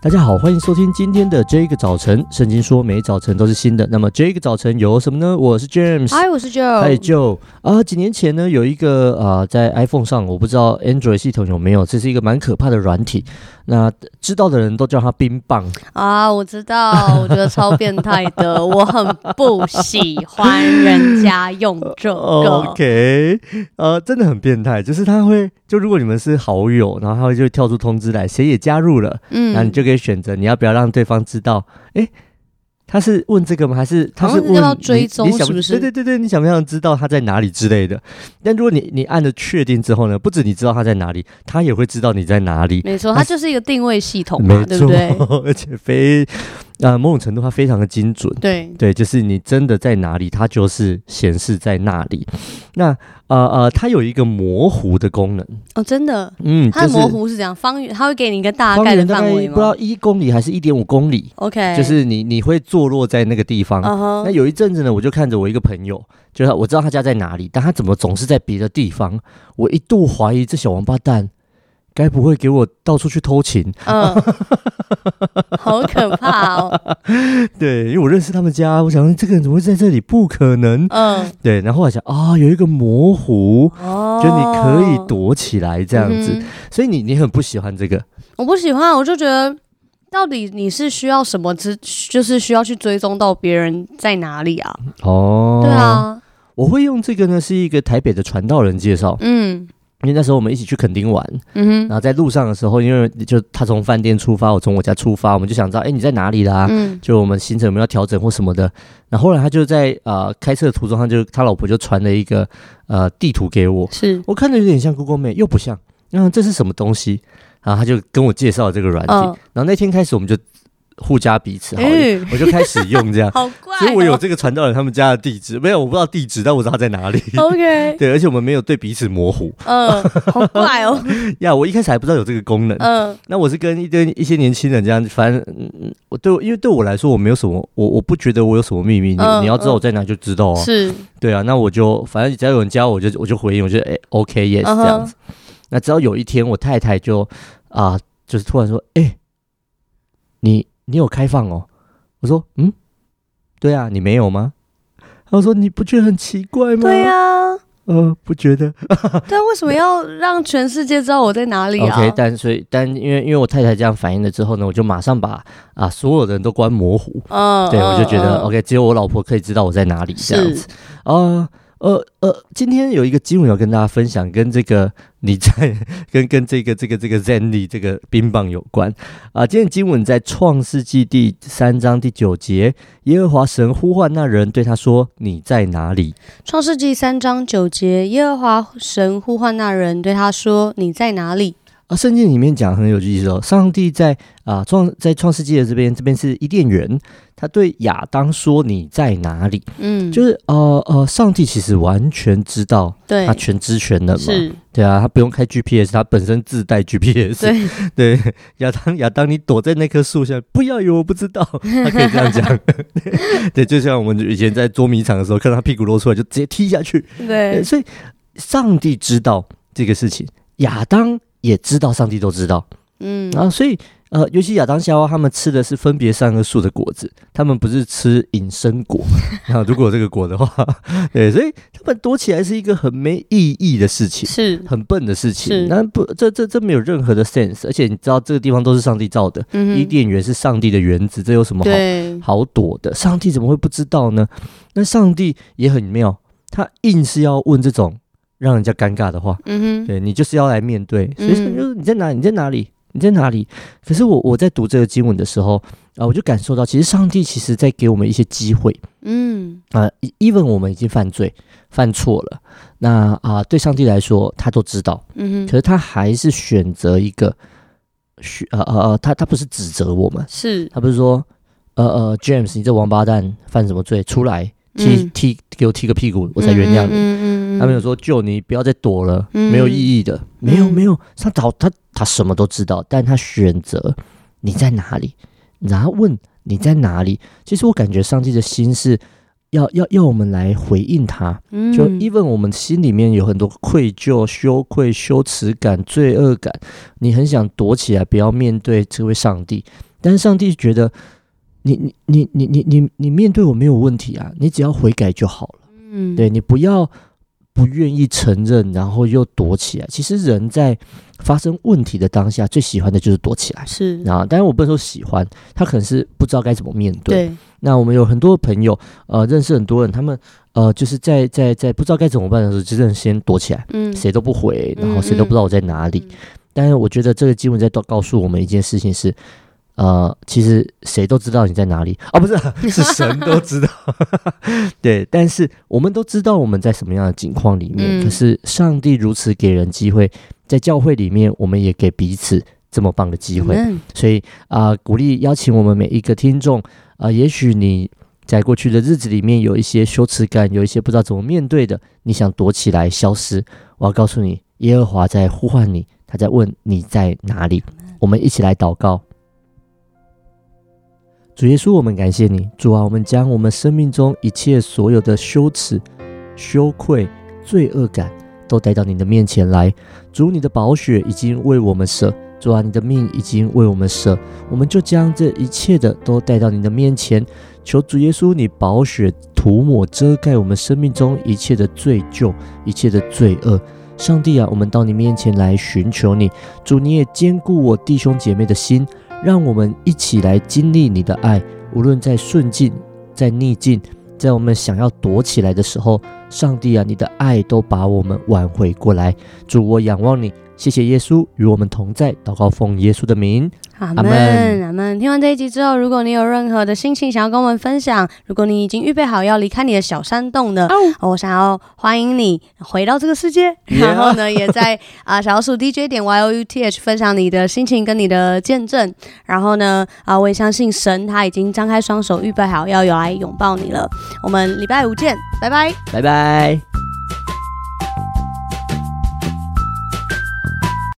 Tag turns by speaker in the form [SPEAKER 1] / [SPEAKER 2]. [SPEAKER 1] 大家好，欢迎收听今天的这个早晨。圣经说每早晨都是新的，那么这个早晨有什么呢？我是 James，
[SPEAKER 2] 嗨，哎我是 Joe。
[SPEAKER 1] 嗨 Joe 啊，几年前呢有一个啊、呃在 iPhone 上，我不知道 Android 系统有没有，这是一个蛮可怕的软体。那知道的人都叫它冰棒，
[SPEAKER 2] 啊，我知道，我觉得超变态的，我很不喜欢人家用这个。
[SPEAKER 1] 哦 OK，呃，真的很变态，就是他会，就如果你们是好友，然后他会就会跳出通知来，谁也加入了，
[SPEAKER 2] 嗯
[SPEAKER 1] 那、你就可以选择你要不要让对方知道，诶，他是问这个吗？还是他
[SPEAKER 2] 好
[SPEAKER 1] 是
[SPEAKER 2] 像是
[SPEAKER 1] 问
[SPEAKER 2] 要
[SPEAKER 1] 你
[SPEAKER 2] 追踪
[SPEAKER 1] 你想
[SPEAKER 2] 是不是
[SPEAKER 1] 对对对对，你想不想知道他在哪里之类的？但如果你你按了确定之后呢，不止你知道他在哪里，他也会知道你在哪里。
[SPEAKER 2] 没错，
[SPEAKER 1] 它
[SPEAKER 2] 它就是一个定位系统嘛
[SPEAKER 1] 没，
[SPEAKER 2] 对
[SPEAKER 1] 错，
[SPEAKER 2] 不对？
[SPEAKER 1] 而且非啊、某种程度它非常的精准。
[SPEAKER 2] 对，
[SPEAKER 1] 对，就是你真的在哪里，它就是显示在那里。那呃呃，它有一个模糊的功能，
[SPEAKER 2] 哦，真的，
[SPEAKER 1] 嗯，
[SPEAKER 2] 它的
[SPEAKER 1] 就是
[SPEAKER 2] 模糊是这样，方圆，它会给你一个大
[SPEAKER 1] 方
[SPEAKER 2] 概
[SPEAKER 1] 圆
[SPEAKER 2] 的
[SPEAKER 1] 大
[SPEAKER 2] 范
[SPEAKER 1] 概
[SPEAKER 2] 围
[SPEAKER 1] 不知
[SPEAKER 2] 吗
[SPEAKER 1] 道一公里还是一点五公里，
[SPEAKER 2] ？OK，
[SPEAKER 1] 就是你你会坐落在那个地方。
[SPEAKER 2] 嗯
[SPEAKER 1] 那
[SPEAKER 2] 哼，
[SPEAKER 1] 有一阵子呢，我就看着我一个朋友，就是他我知道他家在哪里，但他怎么总是在别的地方？我一度怀疑这小王八蛋该不会给我到处去偷情？
[SPEAKER 2] 嗯，好可怕哦，
[SPEAKER 1] 对，因为我认识他们家，我想说这个人怎么会在这里？不可能。
[SPEAKER 2] 嗯，
[SPEAKER 1] 对，然后我想啊、有一个模糊，
[SPEAKER 2] 哦，
[SPEAKER 1] 就你可以躲起来这样子，
[SPEAKER 2] 嗯哼
[SPEAKER 1] 所以你你很不喜欢这个，
[SPEAKER 2] 我不喜欢，我就觉得到底你是需要什么知，就是需要去追踪到别人在哪里啊？
[SPEAKER 1] 哦
[SPEAKER 2] 对，啊，
[SPEAKER 1] 我会用这个呢，是一个台北的传道人介绍，
[SPEAKER 2] 嗯
[SPEAKER 1] 因为那时候我们一起去垦丁玩，
[SPEAKER 2] 嗯
[SPEAKER 1] 然
[SPEAKER 2] 哼，
[SPEAKER 1] 后在路上的时候，因为就他从饭店出发，我从我家出发，我们就想知道，哎，你在哪里啦、
[SPEAKER 2] 嗯
[SPEAKER 1] 就我们行程有没有要调整或什么的，然后后来他就在呃开车的途中，他就他老婆就传了一个呃地图给我，
[SPEAKER 2] 是，
[SPEAKER 1] 我看着有点像 Google Map，又不像，嗯，这是什么东西？然后他就跟我介绍了这个软体，
[SPEAKER 2] 嗯
[SPEAKER 1] 然后那天开始我们就互加彼此好友，
[SPEAKER 2] 嗯。
[SPEAKER 1] 我就开始用这样
[SPEAKER 2] 好怪哦、
[SPEAKER 1] 所以我有这个传到了他们家的地址，没有我不知道地址，但我知道他在哪里。
[SPEAKER 2] 哦 OK，
[SPEAKER 1] 对，而且我们没有对彼此模糊
[SPEAKER 2] 嗯，好 怪哦，
[SPEAKER 1] 呀。我一开始还不知道有这个功能，
[SPEAKER 2] 嗯
[SPEAKER 1] 那我是跟一堆一些年轻人这样，反正嗯我对我因为对我来说我没有什么，我我不觉得我有什么秘密，你、
[SPEAKER 2] 嗯
[SPEAKER 1] 你要知道我在哪就知道啊。
[SPEAKER 2] 是，
[SPEAKER 1] 对啊，那我就反正只要有人加我，我就我就回应，我就哎、OK yes
[SPEAKER 2] 嗯哼
[SPEAKER 1] 这样子。那直到有一天，我太太就啊、就是突然说，哎、你你有开放哦？我说，嗯，对啊，你没有吗？她说，你不觉得很奇怪吗？
[SPEAKER 2] 对、啊，
[SPEAKER 1] 呃，不觉得。
[SPEAKER 2] 对啊，为什么要让全世界知道我在哪里啊
[SPEAKER 1] OK，但所以但因为因为我太太这样反应了之后呢，我就马上把啊所有的人都关模糊，
[SPEAKER 2] 嗯，
[SPEAKER 1] 对我就
[SPEAKER 2] 嗯
[SPEAKER 1] 觉得、
[SPEAKER 2] 嗯
[SPEAKER 1] OK，只有我老婆可以知道我在哪里这样
[SPEAKER 2] 是
[SPEAKER 1] 子。啊呃呃，今天有一个经文要跟大家分享，跟这个你在跟跟这个这个这个 Zenly 这个冰棒有关啊、今天经文在创世纪第三章第九节，耶和华神呼唤那人，对他说：“你在哪里
[SPEAKER 2] 创世纪三章九节，耶和华神呼唤那人，对他说：“你在哪里？”？”
[SPEAKER 1] 啊，圣经里面讲很有意思哦，上帝在啊创在创世纪的这边，这边是伊甸园，他对亚当说：“你在哪里？”
[SPEAKER 2] 嗯，
[SPEAKER 1] 就是呃呃，上帝其实完全知道，
[SPEAKER 2] 对
[SPEAKER 1] 他，全知全能嘛，
[SPEAKER 2] 是，
[SPEAKER 1] 对啊，他不用开 GPS，他本身自带 GPS。
[SPEAKER 2] 对，
[SPEAKER 1] 对，亚当亚当，你躲在那棵树下，不要以为我不知道，他可以这样讲。对，就像我们以前在捉迷藏的时候，看到他屁股露出来就直接踢下去。
[SPEAKER 2] 对
[SPEAKER 1] 对，，所以上帝知道这个事情，亚当也知道，上帝都知道。
[SPEAKER 2] 嗯，
[SPEAKER 1] 然后所以呃，尤其亚当夏娃他们吃的是分别善恶树的果子，他们不是吃隐身果。 然后如果有这个果的话， 对，所以他们躲起来是一个很没意义的事情。
[SPEAKER 2] 是，
[SPEAKER 1] 很笨的事
[SPEAKER 2] 是
[SPEAKER 1] 情，那不，这这这没有任何的 sense，而且你知道这个地方都是上帝造的，
[SPEAKER 2] 嗯哼
[SPEAKER 1] 伊甸园是上帝的园子，这有什么好
[SPEAKER 2] 对，
[SPEAKER 1] 好躲的？上帝怎么会不知道呢？那上帝也很妙，他硬是要问这种让人家尴尬的话，
[SPEAKER 2] 嗯哼，
[SPEAKER 1] 对你就是要来面对，所以说
[SPEAKER 2] 嗯
[SPEAKER 1] 就是你在哪里，你在哪里，你在哪里？可是我我在读这个经文的时候啊、我就感受到，其实上帝其实在给我们一些机会
[SPEAKER 2] 嗯，
[SPEAKER 1] 啊、e even 我们已经犯罪犯错了，那啊、对上帝来说他都知道，
[SPEAKER 2] 嗯
[SPEAKER 1] 可
[SPEAKER 2] 哼，
[SPEAKER 1] 是他还是选择一个选呃呃呃，他他不是指责我们，
[SPEAKER 2] 是，
[SPEAKER 1] 他不是说呃呃 James 你这王八蛋犯什么罪，出来踢、
[SPEAKER 2] 嗯
[SPEAKER 1] 踢给我踢个屁股，我才原谅你。
[SPEAKER 2] 嗯嗯嗯嗯，
[SPEAKER 1] 他没有说救你，不要再躲了，
[SPEAKER 2] 嗯
[SPEAKER 1] 没有意义的，没有
[SPEAKER 2] 嗯
[SPEAKER 1] 没有，他早他他什么都知道，但他选择你在哪里，然后问你在哪里。其实我感觉上帝的心是要要要我们来回应他，
[SPEAKER 2] 嗯，
[SPEAKER 1] 就 even 我们心里面有很多愧疚、羞愧、羞耻感、罪恶感，你很想躲起来，不要面对这位上帝，但是上帝觉得你你你你你你你面对我没有问题啊，你只要悔改就好了。
[SPEAKER 2] 嗯，
[SPEAKER 1] 对你不要不愿意承认，然后又躲起来。其实人在发生问题的当下，最喜欢的就是躲起来。
[SPEAKER 2] 是，
[SPEAKER 1] 啊，当然我不能说喜欢，他可能是不知道该怎么面对。
[SPEAKER 2] 对，
[SPEAKER 1] 那我们有很多朋友，呃，认识很多人，他们呃，就是在在在不知道该怎么办的时候，就真的先躲起来，
[SPEAKER 2] 嗯，
[SPEAKER 1] 谁都不回，
[SPEAKER 2] 嗯
[SPEAKER 1] 然后谁都不知道我在哪里。但是我觉得这个经文在告告诉我们一件事情是，呃，其实谁都知道你在哪里啊，不是啊是神都知道， 对。但是我们都知道我们在什么样的境况里面，
[SPEAKER 2] 嗯
[SPEAKER 1] 可是上帝如此给人机会，在教会里面，我们也给彼此这么棒的机会。
[SPEAKER 2] 嗯
[SPEAKER 1] 所以啊、鼓励邀请我们每一个听众啊、也许你在过去的日子里面有一些羞耻感，有一些不知道怎么面对的，你想躲起来消失，我要告诉你，耶和华在呼唤你，他在问你在哪里。我们一起来祷告。主耶稣，我们感谢你，主啊，我们将我们生命中一切所有的羞耻、羞愧、罪恶感，都带到你的面前来。主，你的宝血已经为我们舍，主啊，你的命已经为我们舍，我们就将这一切的都带到你的面前，求主耶稣，你宝血涂抹遮盖我们生命中一切的罪疚、一切的罪恶。上帝啊，我们到你面前来寻求你，主，你也兼顾我弟兄姐妹的心，让我们一起来经历你的爱，无论在顺境、在逆境，在我们想要躲起来的时候，上帝啊，你的爱都把我们挽回过来。主，我仰望你，谢谢耶稣与我们同在，祷告奉耶稣的名。
[SPEAKER 2] 阿
[SPEAKER 1] 阿
[SPEAKER 2] 门，
[SPEAKER 1] 们
[SPEAKER 2] 阿门。听完这一集之后，如果你有任何的心情想要跟我们分享，如果你已经预备好要离开你的小山洞了，我想要欢迎你回到这个世界。
[SPEAKER 1] Yeah
[SPEAKER 2] 然后呢，也在啊、小鼠 DJ 点 Y O U T H 分享你的心情跟你的见证。然后呢，啊、我也相信神他已经张开双手，预备好要有来拥抱你了。我们礼拜五见，拜拜。
[SPEAKER 1] 拜拜。